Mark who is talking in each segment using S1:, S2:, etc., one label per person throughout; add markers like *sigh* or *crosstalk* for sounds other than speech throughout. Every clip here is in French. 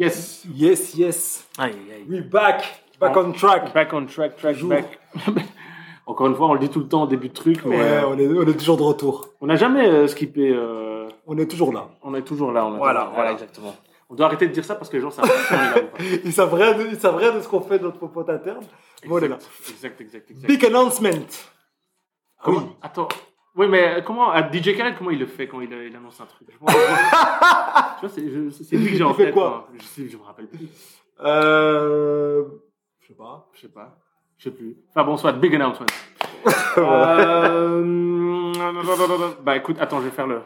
S1: Yes.
S2: Yes, yes.
S1: Aïe, aïe.
S2: We back. Back on track.
S1: Back on track, track,
S2: Toujours.
S1: back. *laughs* Encore une fois, on le dit tout le temps au début de truc, mais
S2: Ouais,
S1: euh,
S2: on est, on est toujours de retour.
S1: on n'a jamais euh, skippé. euh,
S2: On est toujours là.
S1: on est toujours là. On est
S2: Voilà,
S1: toujours là.
S2: voilà,
S1: exactement. On doit arrêter de dire ça parce que les gens savent pas si on est là ou
S2: *laughs*
S1: pas.
S2: Ils savent rien de, ils savent rien de ce qu'on fait de notre popote interne. Mais on est là.
S1: Exact, exact, exact. exact.
S2: Big announcement. Ah oui.
S1: Comment- Attends. Oui, mais euh, comment à DJ Khaled, comment il le fait quand il, euh, il annonce un truc Je m'en- Tu vois,
S2: *laughs*
S1: c'est je- c'est- c'est lui que j'ai en
S2: Il fait
S1: tête.
S2: quoi
S1: hein. Je sais, je me rappelle plus.
S2: Euh. Je sais pas.
S1: Je sais pas. Je sais plus. Enfin bon, soit big announcement.
S2: *laughs* Voilà.
S1: Euh, Bah écoute, attends, je vais faire le.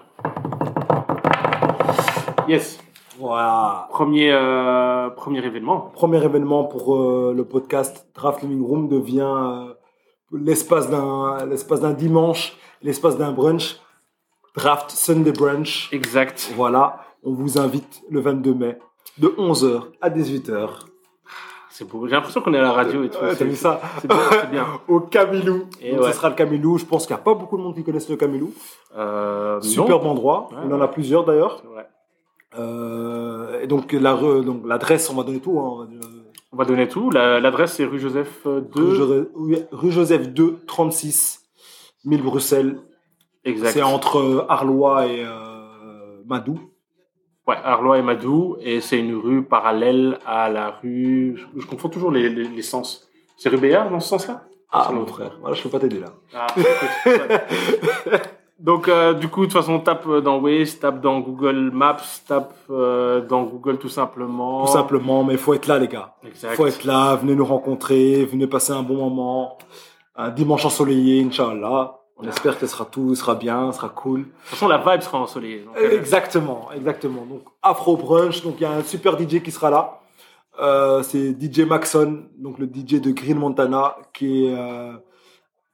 S1: Yes,
S2: Voilà.
S1: premier, euh, premier événement.
S2: Premier événement pour euh, le podcast Draft Living Room devient euh, l'espace d'un l'espace d'un dimanche, l'espace d'un brunch. Draft Sunday Brunch.
S1: Exact.
S2: Voilà, on vous invite le 22 mai de 11h à 18h.
S1: C'est beau. J'ai l'impression qu'on est à la radio et tout.
S2: Ouais, T'as
S1: C'est-
S2: vu ça
S1: C'est bien, c'est
S2: *laughs*
S1: bien.
S2: Au Camilou.
S1: Et
S2: Donc,
S1: ouais.
S2: Ce sera le Camilou. Je pense qu'il n'y a pas beaucoup de monde qui connaissent le Camilou.
S1: Euh,
S2: Superbe endroit.
S1: Ouais,
S2: Il en
S1: ouais.
S2: a plusieurs d'ailleurs.
S1: non. Ouais.
S2: Euh, et donc la re- donc l'adresse, on va donner tout. hein.
S1: On va donner tout. La- L'adresse, c'est rue Joseph euh, 2.
S2: Rue Joseph- oui, Rue Joseph 2, 36, 1000 Bruxelles.
S1: Exact.
S2: C'est entre euh, Arlois et euh, Madou.
S1: Ouais, Arlois et Madou, et c'est une rue parallèle à la rue. Je, je confonds toujours les, les- les sens. C'est rue Béard dans ce sens-là
S2: Ah
S1: C'est
S2: mon
S1: l'autre.
S2: frère, voilà, je peux pas t'aider là.
S1: Ah, *laughs* écoute, ouais. Donc, euh, du coup, de toute façon, tape euh, dans Waze, tape dans Google Maps, tape euh, dans Google tout simplement.
S2: Tout simplement, mais il faut être là les gars.
S1: Oh. Exact.
S2: faut être là, venez nous rencontrer, venez passer un bon moment. Un dimanche ensoleillé, Inch'Allah.
S1: Ah.
S2: On espère que ce sera tout, ce sera bien, ce sera cool.
S1: De toute façon, la vibe sera ensoleillée. donc, euh,
S2: Exactement, exactement. Donc Afro Brunch, donc il y a un super DJ qui sera là. Euh, c'est DJ Maxon, donc le DJ de Green Montana, qui est euh,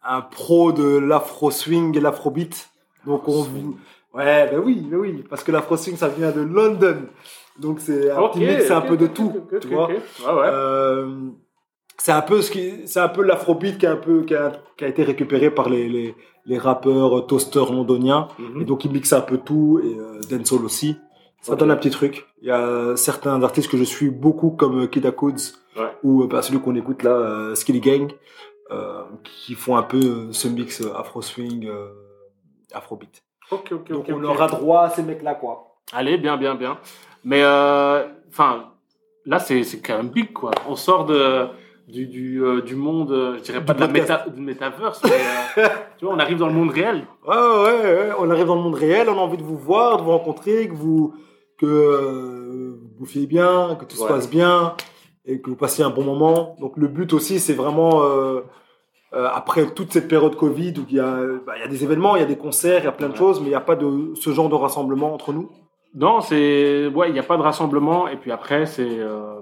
S2: un pro de l'afro swing et l'afro beat. Donc on
S1: Swing.
S2: vous- ouais, ben oui, ben oui, parce que l'afro swing ça vient de London, donc c'est un
S1: ok,
S2: petit mix, c'est un
S1: ok,
S2: peu de
S1: ok,
S2: tout,
S1: ok, ok,
S2: tu
S1: ok.
S2: vois.
S1: Ouais, ouais.
S2: Euh, c'est un peu ce qui, c'est un peu l'afrobeat qui a un peu, qui a, qui a été récupéré par les, les, les rappeurs euh, toasters londoniens.
S1: Mhm.
S2: Et donc ils mixent un peu tout et euh, dancehall aussi. Ça
S1: Ok.
S2: donne un petit truc. Il y a euh, certains artistes que je suis beaucoup comme euh, Kid Codes
S1: Ouais.
S2: ou euh, bah, celui qu'on écoute là, euh, Skilly Gang, euh, qui font un peu euh, ce mix euh, afro swing, euh, afrobeat.
S1: Ok, ok,
S2: Donc
S1: ok,
S2: on
S1: ok.
S2: aura droit à ces mecs là quoi.
S1: Allez, bien, bien, bien. Mais euh, enfin, là, c'est c'est quand même big, quoi. On sort de du du, euh, du monde, euh, je dirais pas
S2: Du
S1: de la
S2: podcast.
S1: méta, du metaverse, mais
S2: *laughs*
S1: euh, tu vois, on arrive dans le monde réel.
S2: Ouais, ouais, ouais, on arrive dans le monde réel, on a envie de vous voir, de vous rencontrer, que vous que euh, vous bouffiez bien, que tout se
S1: Ouais.
S2: passe bien et que vous passiez un bon moment. Donc le but aussi, c'est vraiment euh, euh, après toute cette période Covid où il y a bah, il y a des événements, il y a des concerts, il y a plein de
S1: Ouais.
S2: choses, mais il n'y a pas de ce genre de rassemblement entre nous.
S1: Non, c'est ouais, il n'y a pas de rassemblement. Et puis après, c'est euh,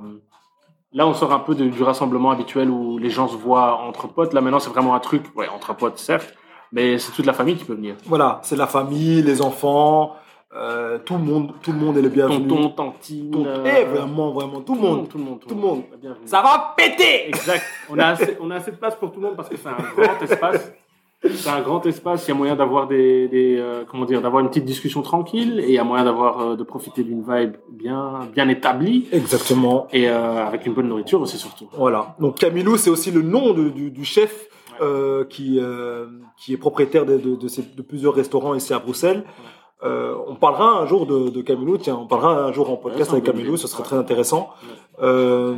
S1: là, on sort un peu de- du rassemblement habituel où les gens se voient entre potes. Là, maintenant, c'est vraiment un truc, ouais, entre potes, certes, mais c'est toute la famille qui peut venir.
S2: Voilà, c'est la famille, les enfants, euh, tout le monde, tout le monde est le bienvenu.
S1: Tonton, tantine,
S2: Tonton.
S1: euh,
S2: Eh, vraiment, vraiment tout le monde.
S1: tout le monde,
S2: Tout le monde.
S1: Bienvenue.
S2: Ça va péter.
S1: Exact. On a, assez, on a assez de place pour tout le monde parce que c'est un grand espace. C'est un grand espace. Il y a moyen d'avoir des, des, euh, comment dire, d'avoir une petite discussion tranquille et il y a moyen d'avoir euh, de profiter d'une vibe bien, bien établie
S2: Exactement.
S1: et euh, avec une bonne nourriture aussi surtout.
S2: Voilà. Donc Camilo, c'est aussi le nom de- du, du chef
S1: Ouais.
S2: euh, qui, euh, qui est propriétaire de, de- de ces- de plusieurs restaurants ici à Bruxelles. Euh, on parlera un jour de, de Camilo. Tiens, on parlera un jour en podcast
S1: Ouais,
S2: avec
S1: c'est une bonne
S2: Camilo.
S1: idée.
S2: Ce serait très intéressant.
S1: Ouais.
S2: Euh,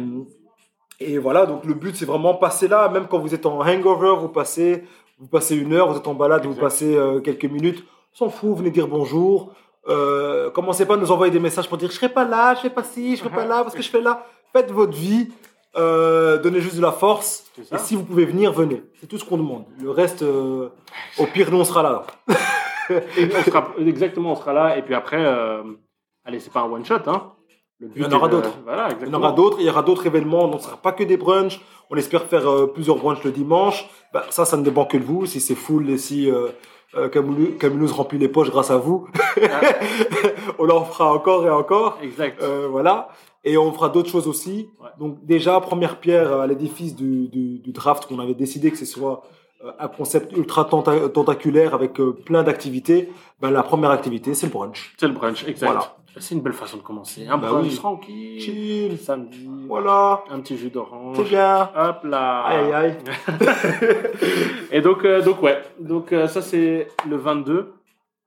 S2: et voilà. Donc le but, c'est vraiment passer là. Même quand vous êtes en hangover, vous passez, vous passez une heure. Vous êtes en balade, vous
S1: Exact.
S2: passez euh, quelques minutes. On S'en fout. Venez dire bonjour. Euh, commencez pas à nous envoyer des messages pour dire je serai pas là, je serai pas ci, je serai pas là, parce que je fais là. Faites votre vie. Euh, donnez juste de la force.
S1: C'est ça.
S2: Et si vous pouvez venir, venez. C'est tout ce qu'on demande. Le reste, euh, au pire, nous, on sera là.
S1: Et on sera- exactement, on sera là. Et puis après, euh, allez, c'est pas un one shot, hein. Le but
S2: Il y en aura
S1: est de-
S2: d'autres.
S1: Voilà,
S2: Il y
S1: exactement.
S2: en aura d'autres. Il y aura d'autres événements. Donc, ce sera pas que des brunchs. On espère faire euh, plusieurs brunchs le dimanche. Bah, ça, ça ne dépend que de vous. Si c'est full et si euh, euh, Camoulouse Camoulouse remplit les poches grâce à vous,
S1: Ah.
S2: *laughs* on en fera encore et encore.
S1: Exact.
S2: Euh, voilà. Et on fera d'autres choses aussi.
S1: Ouais.
S2: Donc déjà, première pierre euh, à l'édifice du, du- du draft qu'on avait décidé que ce soit euh, un concept ultra tenta- tentaculaire avec euh, plein d'activités. Ben, la première activité, c'est le brunch.
S1: C'est le brunch, exact.
S2: Voilà.
S1: C'est une belle façon de commencer. Un
S2: Bah
S1: brunch
S2: oui.
S1: tranquille.
S2: Chill.
S1: Samedi.
S2: Voilà.
S1: Un petit jus d'orange.
S2: C'est bien.
S1: Hop là.
S2: Aïe, aïe, aïe.
S1: Et donc, euh, donc ouais. Donc euh, ça c'est le 22,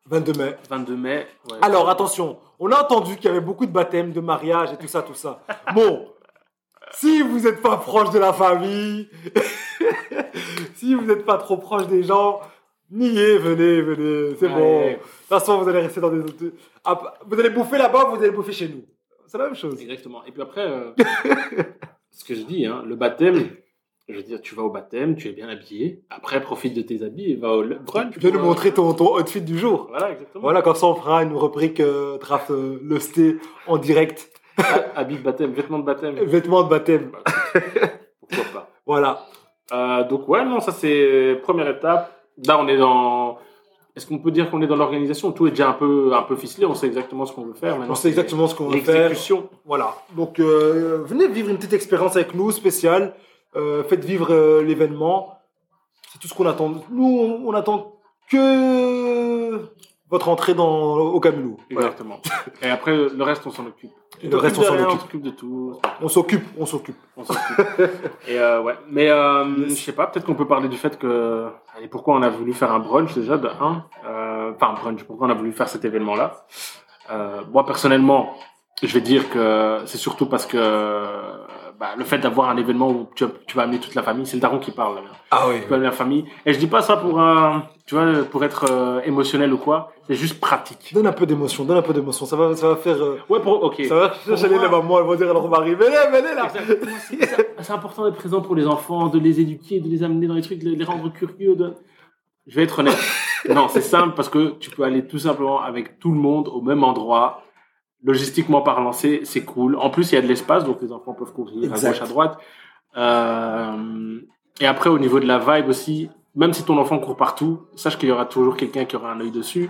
S2: 22 mai.
S1: 22 mai. Ouais.
S2: Alors, attention. On a entendu qu'il y avait beaucoup de baptêmes, de mariages et tout ça, tout
S1: *laughs*
S2: ça. Bon. Si vous n'êtes pas proche de la famille, *laughs* si vous n'êtes pas trop proche des gens, niez, venez, venez, c'est bon.
S1: Ouais.
S2: De toute façon, vous allez rester dans des hôtels. Ah, Vous allez bouffer là-bas, vous allez bouffer chez nous. C'est la même chose.
S1: Exactement. Et puis après,
S2: *laughs*
S1: euh, ce que je dis, hein, le baptême. Je veux dire, tu vas au baptême, tu es bien habillé. Après, profite de tes habits et va au brunch.
S2: Je viens nous
S1: pour, euh,
S2: montrer ton, ton outfit du jour.
S1: Voilà, exactement.
S2: Voilà, comme ça, on fera une rubrique euh, draft euh, le sté en direct.
S1: Ha- Habits de baptême, vêtements de baptême.
S2: Vêtements de baptême.
S1: Pourquoi pas.
S2: Voilà.
S1: Euh, donc ouais, non, ça c'est première étape. Là, on est dans. Est-ce qu'on peut dire qu'on est dans l'organisation Tout est déjà un peu, un peu ficelé. On sait exactement ce qu'on veut faire. Maintenant,
S2: On sait exactement ce qu'on va faire.
S1: l'exécution.
S2: Voilà. Donc, euh, venez vivre une petite expérience avec nous spéciale. Euh, faites vivre euh, l'événement. C'est tout ce qu'on attend. Nous, on, on attend que votre entrée dans, au Camino. Voilà.
S1: Exactement. Et après, le reste, on s'en occupe.
S2: Et le reste, on
S1: de
S2: s'en
S1: rien,
S2: occupe.
S1: s'occupe de tout.
S2: On s'occupe, on s'occupe.
S1: On s'en *laughs* occupe. Et euh, ouais. Mais euh, je sais pas. Peut-être qu'on peut parler du fait que. Allez, pourquoi on a voulu faire un brunch déjà de un. Euh, Enfin, un brunch. Pourquoi on a voulu faire cet événement-là Euh, Moi, personnellement, je vais dire que c'est surtout parce que bah, le fait d'avoir un événement où tu, tu vas amener toute la famille, c'est le daron qui parle. là.
S2: Ah oui.
S1: Tu vas amener la famille. Et je dis pas ça pour un, tu vois, pour être euh, émotionnel ou quoi. C'est juste pratique.
S2: Donne un peu d'émotion, donne un peu d'émotion. Ça va, ça va faire. euh,
S1: Ouais, pour, ok.
S2: Ça va
S1: Pour
S2: j'allais
S1: moi-
S2: la maman, elle va dire à leur mari, venez, venez là
S1: Exactement. C'est- c'est- C'est important d'être présent pour les enfants, de les éduquer, de les amener dans les trucs, de les rendre curieux. de- Je vais être honnête. non, c'est simple parce que tu peux aller tout simplement avec tout le monde au même endroit. Logistiquement parlant, c'est c'est cool. En plus, il y a de l'espace, donc les enfants peuvent courir
S2: Exact.
S1: à gauche, à droite. Euh, Et après, au niveau de la vibe aussi, même si ton enfant court partout, sache qu'il y aura toujours quelqu'un qui aura un œil dessus.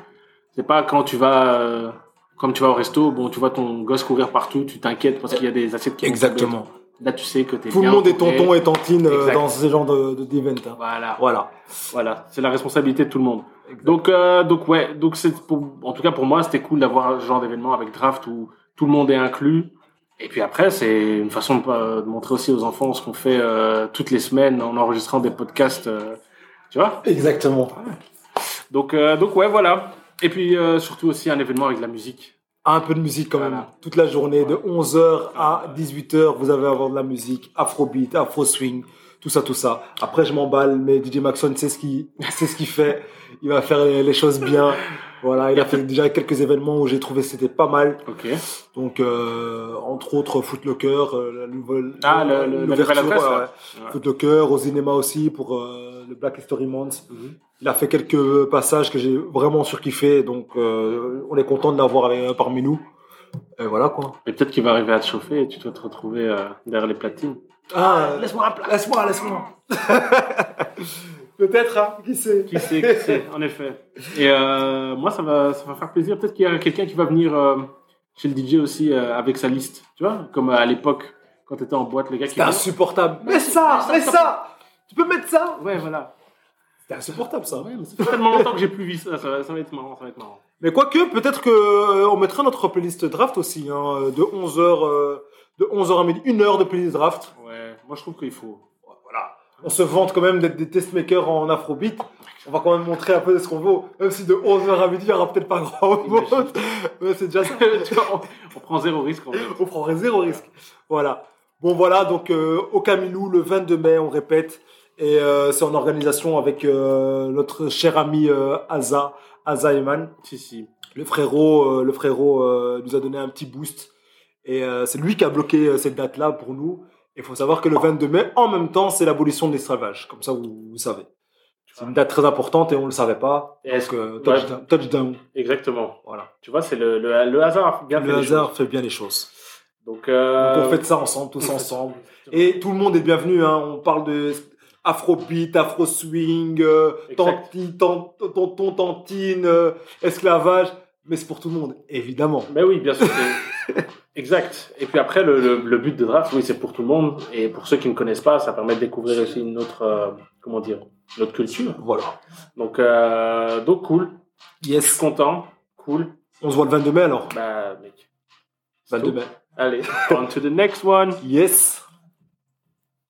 S1: C'est pas quand tu vas, euh, comme tu vas au resto, bon, tu vois ton gosse courir partout, tu t'inquiètes parce qu'il y a des assiettes qui vont tomber. Là, tu sais que t'es
S2: Tout le
S1: bien
S2: monde est
S1: entouré.
S2: tonton et tantine euh,
S1: Exact.
S2: dans ce genre de, de- d'event. hein.
S1: Voilà,
S2: Voilà.
S1: voilà. C'est la responsabilité de tout le monde. Donc, euh, donc ouais, donc c'est pour- en tout cas pour moi, c'était cool d'avoir ce genre d'événement avec draft où tout le monde est inclus. Et puis après, c'est une façon de, euh, de montrer aussi aux enfants ce qu'on fait euh, toutes les semaines en enregistrant des podcasts, euh, tu vois.
S2: Exactement.
S1: Donc, euh, donc ouais, voilà. Et puis euh, surtout aussi un événement avec de la musique.
S2: Un peu de musique quand même.
S1: Voilà.
S2: Toute la journée, de 11h à 18h, vous allez avoir de la musique, afrobeat, afro-swing, tout ça, tout ça. Après, je m'emballe, mais DJ Maxon sait ce qu'il sait ce qu'il fait. Il va faire les, les choses bien. Voilà, il a fait déjà quelques événements où j'ai trouvé que c'était pas mal.
S1: Ok.
S2: Donc, euh, entre autres, Footlocker, euh, la nouvelle.
S1: Ah, le- le- la
S2: l'ouverture,
S1: nouvelle adresse,
S2: ouais,
S1: là.
S2: ouais.
S1: Ouais.
S2: Footlocker, au cinéma aussi pour euh, le Black History Month.
S1: Mhm.
S2: Il a fait quelques passages que j'ai vraiment surkiffé. Donc, euh, on est content de l'avoir avec- parmi nous. Et voilà quoi.
S1: Et peut-être qu'il va arriver à te chauffer et tu dois te retrouver euh, derrière les platines.
S2: Ah, euh,
S1: Laisse-moi un plat.
S2: laisse-moi, laisse-moi. *laughs* Peut-être, hein, qui sait.
S1: Qui sait, qui sait, en effet. Et euh, moi, ça va, ça va faire plaisir. Peut-être qu'il y a quelqu'un qui va venir euh, chez le DJ aussi euh, avec sa liste. Tu vois, comme euh, à l'époque, quand t'étais en boîte, le gars qui.
S2: C'était insupportable. Mets ça, mets ça. Tu peux mettre ça
S1: Ouais, voilà.
S2: C'était insupportable ça.
S1: Ouais, mais ça fait tellement longtemps que j'ai plus vu ça. Ça va, ça va être marrant, ça va être marrant.
S2: Mais quoique, peut-être que euh, on mettra notre playlist draft aussi, hein, de 11h, euh, de 11h à midi, une heure de playlist draft.
S1: Ouais, moi je trouve qu'il faut. *laughs*
S2: Voilà. On se vante quand même d'être des testmakers en afrobeat. On va quand même montrer un peu ce qu'on vaut. Même si de 11h à midi, il n'y aura peut-être pas grand monde. Mais c'est déjà ça.
S1: Tu vois, on, on prend zéro risque en fait.
S2: on prendrait zéro risque. Voilà. Bon, voilà, donc euh, au Camilou, le 22 mai, on répète. Et euh, c'est en organisation avec euh, notre cher ami euh, Aza, Aza Eman.
S1: Si, si.
S2: Le frérot, euh, le frérot euh, nous a donné un petit boost. Et euh, c'est lui qui a bloqué euh, cette date-là pour nous. Il faut savoir que le 22 mai, en même temps, c'est l'abolition de l'esclavage. Comme ça, vous, vous savez. C'est une date très importante et on ne le savait pas.
S1: Et est-ce
S2: Donc, euh,
S1: que- ouais,
S2: touchdown, touchdown.
S1: exactement.
S2: Voilà.
S1: Tu vois, c'est le, le, le hasard. Bien fait
S2: Le
S1: les
S2: hasard
S1: choses.
S2: fait bien les choses.
S1: Donc, euh,
S2: Donc, on fait ça ensemble,
S1: *laughs*
S2: tous ensemble. Et tout le monde est bienvenu. Hein. On parle de afrobeat, afro-swing, euh,
S1: Exact.
S2: tanti- tan- tonton, tantine, euh, esclavage. Mais c'est pour tout le monde, évidemment.
S1: Ben oui, bien sûr. c'est- exact. Et puis après, le, le- le but de draft, oui, c'est pour tout le monde. Et pour ceux qui ne connaissent pas, ça permet de découvrir aussi une autre, euh, comment dire, notre culture.
S2: Voilà.
S1: Donc, euh, donc cool. Je suis
S2: Yes.
S1: content. Cool.
S2: On se voit le 22 mai alors.
S1: Bah, mec, C'est
S2: Balle de
S1: tout.
S2: bain.
S1: Allez, on to the next one.
S2: Yes.